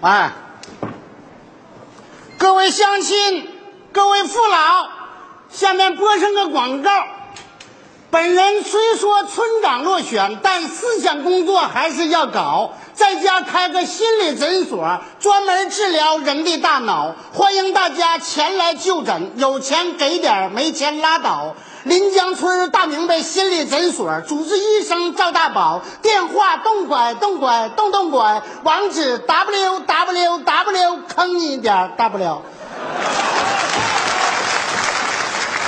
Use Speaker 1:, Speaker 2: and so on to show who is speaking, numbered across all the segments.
Speaker 1: 哎，各位乡亲，各位父老，下面播上个广告。本人虽说村长落选，但思想工作还是要搞，在家开个心理诊所，专门治疗人的大脑，欢迎大家前来就诊，有钱给点儿，没钱拉倒。临江村大明白心理诊所主治医生赵大宝，电话动拐动拐动动拐，网址 w w w 坑你点儿 w。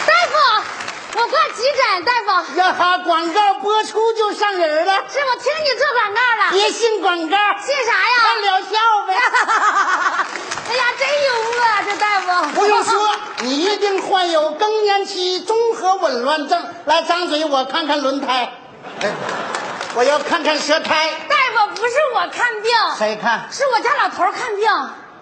Speaker 2: 大夫，我挂急诊，大夫，
Speaker 1: 呀哈，广告播出就上人了，
Speaker 2: 是我听你做广告了，
Speaker 1: 别信广告，
Speaker 2: 信啥
Speaker 1: 看
Speaker 2: 呀？
Speaker 1: 疗效呗。
Speaker 2: 哎呀，真幽默啊，这大夫。
Speaker 1: 不用说，你一定患有更年期综合紊乱症。来，张嘴，我看看轮胎，哎，我要看看舌苔。
Speaker 2: 大夫不是我看病，
Speaker 1: 谁看？
Speaker 2: 是我家老头 儿看病。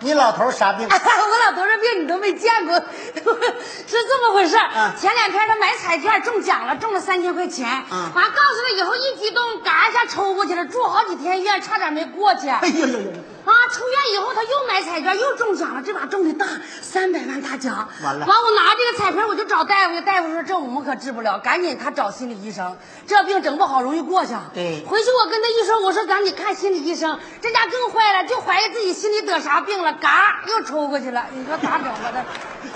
Speaker 1: 你老头啥病？
Speaker 2: 我老头儿这病你都没见过， 是这么回事儿、
Speaker 1: 嗯
Speaker 2: 前两天他买彩券中奖了，中了三千块钱。
Speaker 1: 嗯
Speaker 2: 完、告诉他以后一激动，嘎一下抽过去了，住好几天医院，差点没过去。
Speaker 1: 哎呦呦呦！
Speaker 2: 啊！出院以后，他又买彩券，又中奖了。这把中的大，三百万大奖。
Speaker 1: 完了
Speaker 2: 完我拿这个彩票，我就找大夫。大夫说这我们可治不了，赶紧他找心理医生。这病整不好容易过去。
Speaker 1: 对
Speaker 2: 回去我跟他一说，我说赶紧看心理医生。这家更坏了，就怀疑自己心里得啥病了，嘎又抽过去了。你说咋整啊吧？这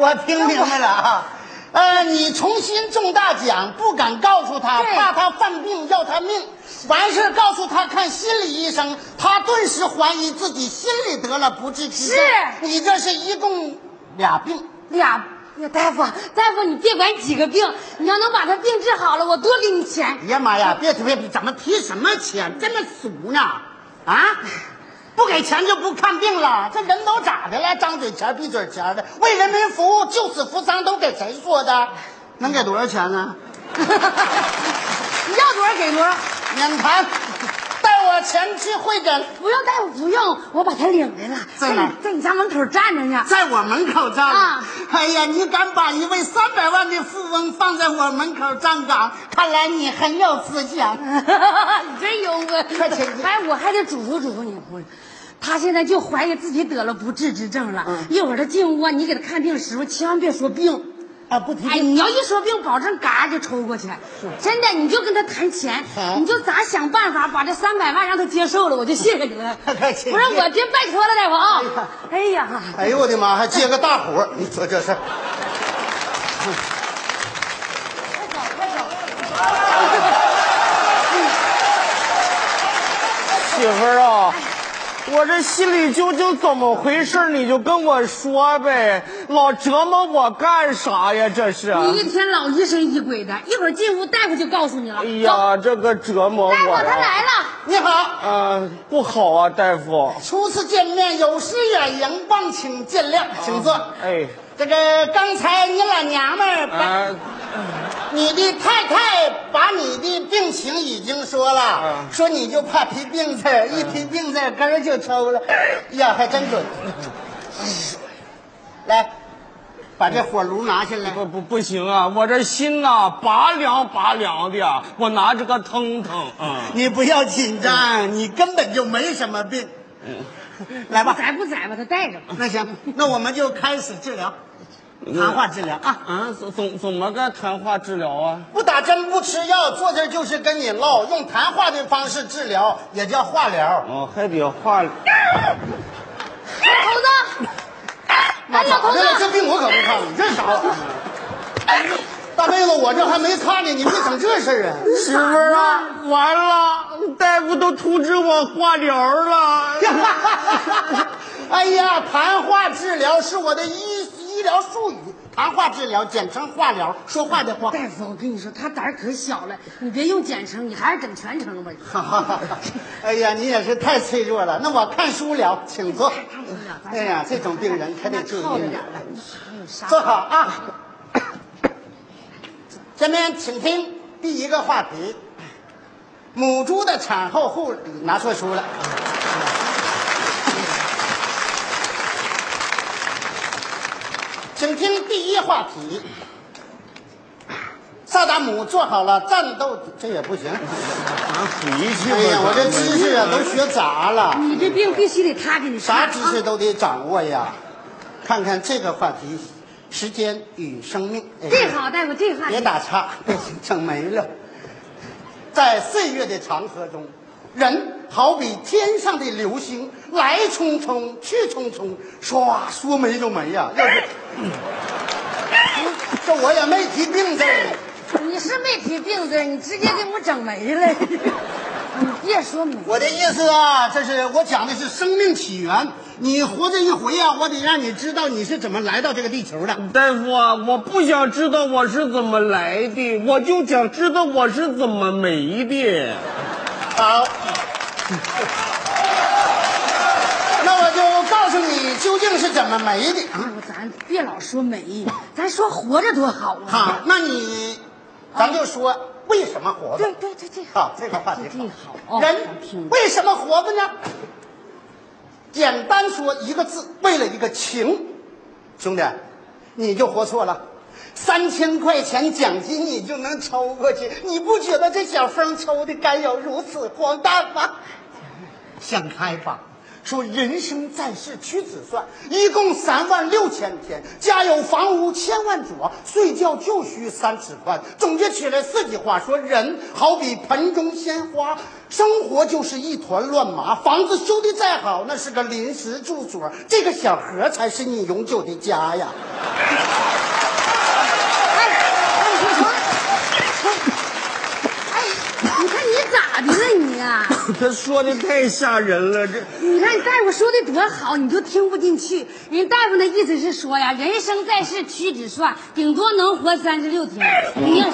Speaker 1: 我听明白了啊。呃，你重新中大奖，不敢告诉他，
Speaker 2: 对
Speaker 1: 怕他犯病要他命。完事儿告诉他看心理医生，他顿时怀疑自己心里得了不治之症。
Speaker 2: 是
Speaker 1: 你这是一共俩病。
Speaker 2: 俩。哎大夫，大夫，你别管几个病，你要能把他病治好了，我多给你钱。
Speaker 1: 哎呀妈呀！别提别提，怎么提什么钱这么俗呢？啊，不给钱就不看病了？这人都咋的了？张嘴钱闭嘴钱的，为人民服务、救死扶伤都给谁说的？能给多少钱呢？
Speaker 2: 你要多少给多少。
Speaker 1: 免谈，带我前去会诊，
Speaker 2: 不用，大夫不用，我把他领来了，
Speaker 1: 在哪儿
Speaker 2: 在你家门口站着呢。
Speaker 1: 在我门口站着。
Speaker 2: 啊
Speaker 1: 哎呀，你敢把一位三百万的富翁放在我门口站岗，看来你很有思想。
Speaker 2: 你真幽默！
Speaker 1: 快请进
Speaker 2: 哎，我还得嘱咐嘱咐你，不是，他现在就怀疑自己得了不治之症了。一会儿他进屋啊，你给他看病的时候千万别说病。
Speaker 1: 啊，不提
Speaker 2: 哎，
Speaker 1: 病。
Speaker 2: 你要一说病，保证嘎就抽过去。真的，你就跟他谈钱
Speaker 1: 好，
Speaker 2: 你就咋想办法把这三百万让他接受了，我就谢谢你 了。
Speaker 1: 快请进
Speaker 2: 不是，我真拜托了，大夫啊！哎呀，
Speaker 1: 哎呦我的妈，还接个大活儿你说这事儿。
Speaker 2: 快走快走！
Speaker 3: 媳妇儿啊，我这心里究竟怎么回事儿，你就跟我说呗，老折磨我干啥呀？这是，
Speaker 2: 你一天老疑神疑鬼的，一会儿进屋大夫就告诉你了。
Speaker 3: 哎
Speaker 2: 走，
Speaker 3: 呀，这个折磨
Speaker 2: 大夫
Speaker 3: 我
Speaker 2: 他
Speaker 3: 呀！
Speaker 2: 来了，
Speaker 1: 你好。
Speaker 3: 啊、不好啊，大夫。
Speaker 1: 初次见面，有失远迎，望请见谅，请坐。
Speaker 3: 哎，
Speaker 1: 这个刚才你老娘们儿
Speaker 3: 啊、
Speaker 1: 把、你的太太把你的病情已经说了，
Speaker 3: 啊
Speaker 1: 说你就怕提病字儿，一提病字儿根儿就抽了。哎呀，还真准。来，把这火炉拿下来。
Speaker 3: 不不不行啊，我这心呐、拔凉拔凉的，我拿这个腾腾啊。
Speaker 1: 你不要紧张，你根本就没什么病。来吧
Speaker 2: 不，宰不宰吧，他带着吧。
Speaker 1: 那行，那我们就开始治疗，谈话治疗啊。
Speaker 3: 啊，怎怎怎么个谈话治疗啊？
Speaker 1: 不打针不吃药，坐这儿就是跟你唠，用谈话的方式治疗，也叫化疗。
Speaker 3: 哦，还得话。
Speaker 2: 老头子，哎，老头
Speaker 1: 这
Speaker 2: 子，
Speaker 1: 这病我可没看过，你这啥玩意儿？大妹子，我这还没看呢，你别整这事儿啊！
Speaker 3: 媳妇儿啊，完了，大夫都通知我化疗了。
Speaker 1: 哎呀，谈话治疗是我的医医疗术语，谈话治疗简称化疗，说话的 话。
Speaker 2: 大夫，我跟你说，他胆儿可小了，你别用简称，你还是整全称吧。
Speaker 1: 哈哈哈哈哎呀，你也是太脆弱了。那我看书聊，请坐。
Speaker 2: 看什么呀？
Speaker 1: 哎呀，这种病人可得注
Speaker 2: 靠着
Speaker 1: 意
Speaker 2: 点
Speaker 1: 了
Speaker 2: 儿。了。还有啥？
Speaker 1: 坐好啊。 下面请听第一个话题：母猪的产后护理。拿错书了。请听第一话题：萨达姆做好了战斗，这也不行。
Speaker 3: 回去吧。
Speaker 1: 哎呀，我这知识啊都学杂了，
Speaker 2: 你这病必须得他给你
Speaker 1: 啥
Speaker 2: 看
Speaker 1: 知
Speaker 2: 啊
Speaker 1: 识都得掌握呀。看看这个话题，时间与生命。哎
Speaker 2: 这好，大夫，这话
Speaker 1: 别打岔， 被整没了。在岁月的长河中，人好比天上的流星，来匆匆，去匆匆，唰，说没就没呀、要是，嗯这我也没提病字儿呢。
Speaker 2: 你是没提病字儿，你直接给我整没了。你别说没，
Speaker 1: 我的意思啊，这是我讲的是生命起源。你活这一回啊呀、我得让你知道你是怎么来到这个地球的。
Speaker 3: 大夫啊，我不想知道我是怎么来的，我就想知道我是怎么没 的。
Speaker 1: 好，那我就告诉你究竟是怎么没的。
Speaker 2: 哎呦咱别老说没，咱说活着多好啊！
Speaker 1: 好，那你，咱就说为什么活吧
Speaker 2: 对。对对，这
Speaker 1: 好，这个话题
Speaker 2: 这这好哦咱听
Speaker 1: 人
Speaker 2: 着
Speaker 1: 为什么活着呢？简单说一个字，为了一个情。兄弟，你就活错了。三千块钱奖金你就能抽过去，你不觉得这小风抽的该有如此荒诞吗？想开吧。说人生在世屈指算，一共三万六千天，家有房屋千万左，睡觉就需三尺宽。总结起来四句话，说人好比盆中鲜花，生活就是一团乱麻。房子修的再好，那是个临时住所，这个小河才是你永久的家呀。
Speaker 2: 哎，你看你咋的了你啊？
Speaker 3: 他说的太吓人了，这
Speaker 2: 你看大夫说的多好，你就听不进去。人大夫那意思是说呀，人生在世屈指算，顶多能活三十六天。你也是，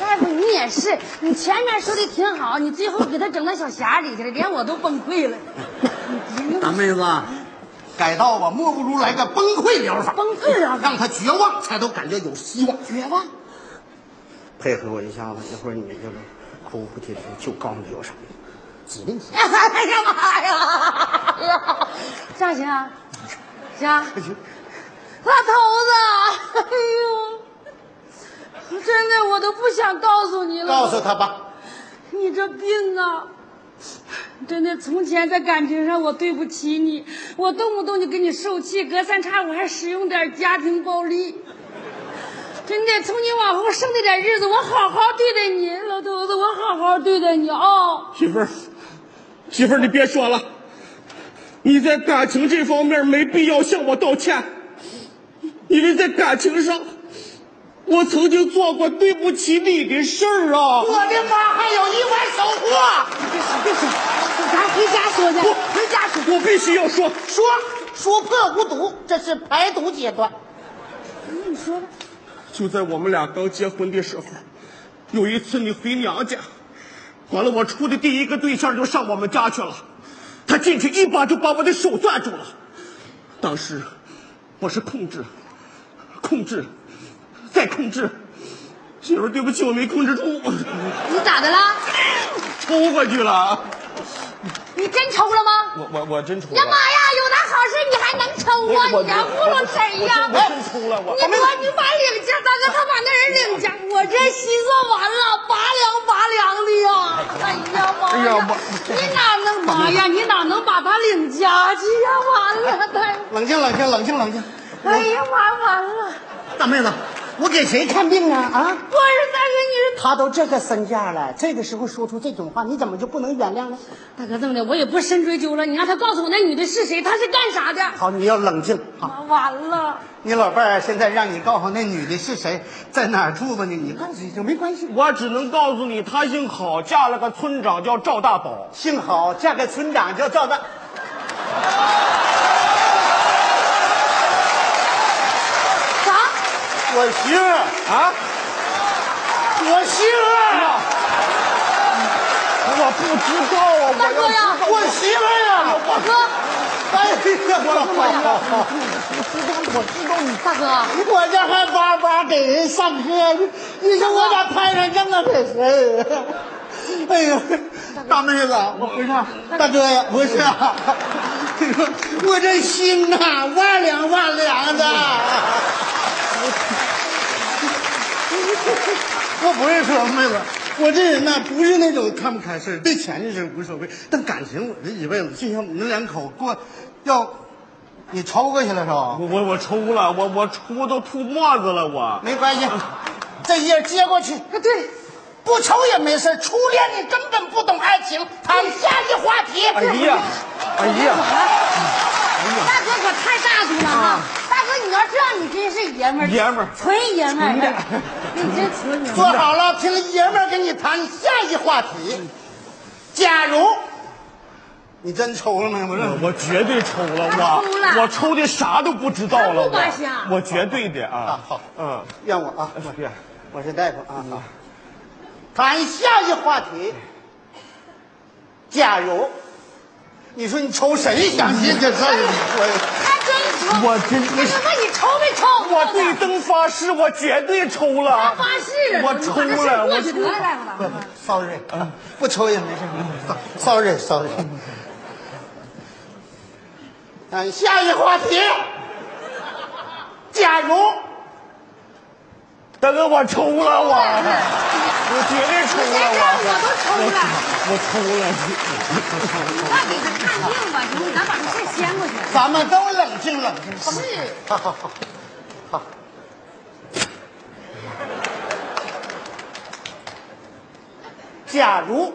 Speaker 2: 大夫你也是，你前面说的挺好，你最后给他整到小匣里去了，连我都崩溃了。你这
Speaker 1: 大妹子，改造吧，莫不如来个崩溃疗法，
Speaker 2: 崩溃疗法
Speaker 1: 让他绝望，才都感觉有希望。
Speaker 2: 绝望。
Speaker 1: 配合我一下子，一会儿你就是哭哭啼啼，就告诉你有啥指定行。
Speaker 2: 哎呀妈呀！这样行啊，行啊，老头子，哎呦，真的我都不想告诉你了。
Speaker 1: 告诉他吧，
Speaker 2: 你这病啊，真的，从前在感情上我对不起你，我动不动就跟你受气，隔三差五还使用点家庭暴力。真的，从今往后剩这点日子，我好好对待你，老头子，我好好对待你啊、
Speaker 3: 媳妇儿，媳妇儿你别说了，你在感情这方面没必要向我道歉，因为在感情上，我曾经做过对不起你的事儿啊。
Speaker 1: 我的妈，还有意外收获！
Speaker 2: 别说，别说，咱回家说去，回家说。
Speaker 3: 我必须要说，
Speaker 1: 说说破无毒，这是排毒阶段。
Speaker 2: 你说吧，
Speaker 3: 就在我们俩刚结婚的时候，有一次你回娘家，完了我处的第一个对象就上我们家去了，他进去一把就把我的手攥住了，当时我是控制，控制，再控制，媳妇儿对不起，我没控制住，
Speaker 2: 你咋的了？
Speaker 3: 抽过去了，
Speaker 2: 你真抽了吗？
Speaker 3: 我我我真抽
Speaker 2: 呀妈呀，有那好事你还能抽啊？
Speaker 3: 我
Speaker 2: 你这糊弄谁呀？
Speaker 3: 我真抽了，我
Speaker 2: 你把你把领家大哥他把那人领家，我这心算完了，拔凉拔凉的呀！哎呀妈
Speaker 3: 哎呀
Speaker 2: 呀
Speaker 3: 妈！哎
Speaker 2: 你哪能妈呀？你哪能把他领家去呀？完了，他，
Speaker 1: 冷静，冷静，冷静，冷静。
Speaker 2: 哎呀妈，完了！
Speaker 1: 大妹子，我给谁看病啊？啊，
Speaker 2: 不是大哥，你是
Speaker 1: 他都这个身价了，这个时候说出这种话，你怎么就不能原谅呢？
Speaker 2: 大哥这么的，我也不深追究了。你让他告诉我那女的是谁，她是干啥的。
Speaker 1: 好，你要冷静啊！
Speaker 2: 啊完了，
Speaker 1: 你老伴儿现在让你告诉那女的是谁，在哪儿住吧呢？你告诉一声没关系。
Speaker 3: 我只能告诉你，他姓郝，嫁了个村长叫赵大宝。
Speaker 1: 幸好嫁给村长叫赵大。
Speaker 2: 啥？
Speaker 1: 我媳妇儿，
Speaker 3: 啊，
Speaker 1: 我媳妇儿，
Speaker 3: 我不知道啊，我
Speaker 2: 大
Speaker 3: 要
Speaker 2: 哥呀，
Speaker 1: 我媳妇儿啊！
Speaker 2: 大哥，
Speaker 1: 哎呀，
Speaker 2: 啊
Speaker 1: 我
Speaker 3: 我知道你
Speaker 2: 大哥，啊
Speaker 1: 我这还巴巴给人上课，你说我咋摊上这么个事儿？哎呀，大妹子，我回上，大哥呀，不是、啊， 我这心呐、万两万两的。 我不认识我妹子，我这人呐，不是那种看不开事儿对钱这事儿无所谓，但感情我这一辈子，就像你那两口过，要你抽过去了是吧？
Speaker 3: 我我我抽了，我我抽都吐沫子了，我
Speaker 1: 没关系，这页接过去，
Speaker 2: 啊，对，
Speaker 1: 不抽也没事儿初恋你根本不懂爱情，谈下一话题。
Speaker 3: 哎呀，哎呀，
Speaker 2: 大哥可太大度了哈！大哥，你要这样，你真是爷们儿，
Speaker 3: 啊爷们儿
Speaker 2: 纯爷们儿，你真纯爷们
Speaker 1: 坐
Speaker 2: 儿。
Speaker 1: 好了，听爷们儿跟你谈下一话题。假如嗯你真抽了没？我
Speaker 3: 嗯
Speaker 1: 这
Speaker 3: 我我绝对抽了，
Speaker 2: 他抽了
Speaker 3: 我我抽的啥都不知道
Speaker 2: 他
Speaker 3: 了，
Speaker 2: 不管
Speaker 3: 我
Speaker 2: 啥
Speaker 3: 我绝对的啊，
Speaker 1: 好
Speaker 3: 嗯，
Speaker 1: 让我啊，
Speaker 3: 哎呀
Speaker 1: 我是大夫啊啊。谈下一话题。嗯假如你说你抽谁想信这事儿？我
Speaker 2: 还真抽，
Speaker 3: 我真
Speaker 2: 你就问你抽没抽？
Speaker 3: 我对灯发誓，我绝对抽了，
Speaker 2: 发誓了，
Speaker 3: 我
Speaker 2: 你
Speaker 3: 抽
Speaker 2: 把这事
Speaker 3: 了，
Speaker 2: 儿
Speaker 3: 我
Speaker 2: 过去得了，大夫了。
Speaker 1: sorry，不嗯抽也没事。sorry sorry。谈下一话题。假如
Speaker 3: 大哥，我抽了，我我绝对抽
Speaker 2: 你连这
Speaker 3: 了，
Speaker 2: 我都抽了，
Speaker 3: 我我抽了，
Speaker 2: 你快给他看病吧，行不行？咱把这事儿掀过去。
Speaker 1: 咱们都冷静冷静。
Speaker 2: 是，
Speaker 1: 好好好，好。假如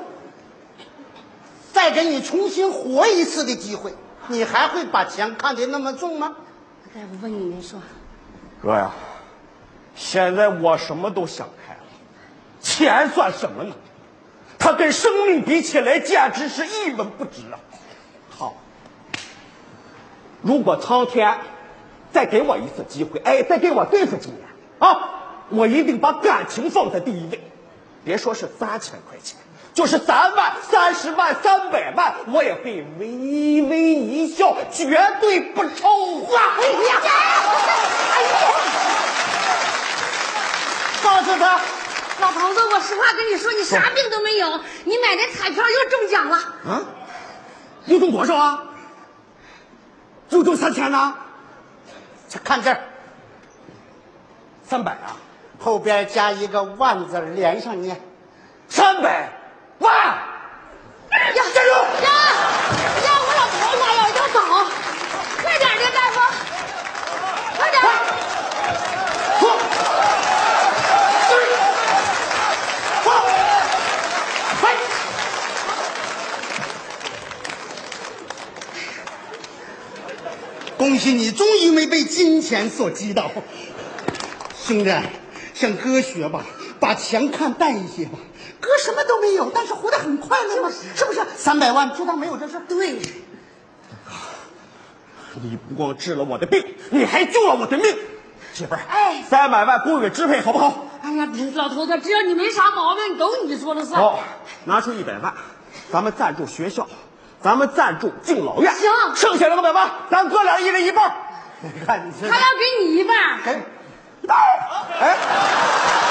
Speaker 1: 再给你重新活一次的机会，你还会把钱看得那么重吗？
Speaker 2: 大夫问你，您说，
Speaker 3: 哥呀，现在我什么都想开了，钱算什么呢？它跟生命比起来，简直是一文不值啊！好，如果苍天再给我一次机会，哎，再给我对付几年啊，我一定把感情放在第一位。别说是三千块钱，就是三万、三十万、三百万，我也会微微一笑，绝对不抽啊！哎呀！
Speaker 1: 告诉他，
Speaker 2: 老头子，我实话跟你说，你啥病都没有，你买的彩票又中奖了。
Speaker 3: 啊？又中多少啊？又中三千呢？
Speaker 1: 这看这儿，
Speaker 3: 三百啊？
Speaker 1: 后边加一个万字儿连上念。
Speaker 3: 三百万？
Speaker 2: 呀，站住！呀呀，我老头子呀，我要倒！快点儿的，大夫，快点儿！
Speaker 1: 恭喜你，终于没被金钱所击倒，兄弟，向哥学吧，把钱看淡一些吧。哥什么都没有，但是活得很快乐嘛，是不是？三百万就当没有这事儿。
Speaker 2: 对，
Speaker 3: 你不光治了我的病，你还救了我的命，媳妇儿。
Speaker 2: 哎
Speaker 3: 三百万归我支配，好不好？
Speaker 2: 哎呀，老头子，只要你没啥毛病，都你说了算。
Speaker 3: 好，拿出一百万，咱们赞助学校，咱们赞助敬老院。
Speaker 2: 行
Speaker 3: 剩下两百万，咱哥俩一人一半儿。
Speaker 1: 你看你这
Speaker 2: 他要给你一半儿，
Speaker 1: 给
Speaker 3: 哎，哎
Speaker 1: 哎哎
Speaker 2: 啊